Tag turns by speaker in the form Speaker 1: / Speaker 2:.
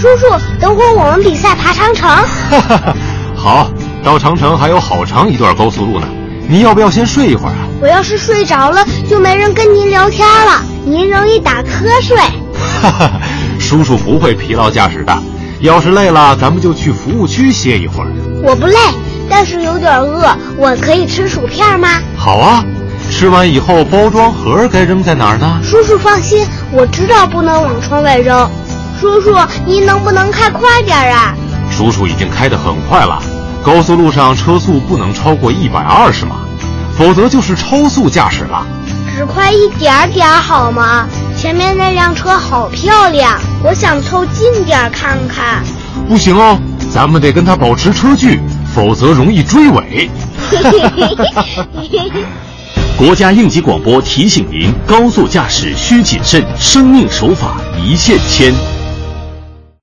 Speaker 1: 叔叔，等会儿我们比赛爬长城。
Speaker 2: 哈哈哈， 好，到长城还有好长一段高速路呢。您要不要先睡一会儿啊？
Speaker 1: 我要是睡着了，就没人跟您聊天了，您容易打瞌睡。
Speaker 2: 哈哈，叔叔不会疲劳驾驶的。要是累了，咱们就去服务区歇一会儿。
Speaker 1: 我不累，但是有点饿。我可以吃薯片吗？
Speaker 2: 好啊，吃完以后包装盒该扔在哪儿呢？
Speaker 1: 叔叔放心，我知道不能往窗外扔。叔叔，您能不能开快点啊？
Speaker 2: 叔叔已经开得很快了，高速路上车速不能超过一百二十码，否则就是超速驾驶了。
Speaker 1: 只快一点儿点儿好吗？前面那辆车好漂亮，我想凑近点儿看看。
Speaker 2: 不行哦，咱们得跟他保持车距，否则容易追尾。
Speaker 3: 国家应急广播提醒您：高速驾驶需谨慎，生命守法一线牵。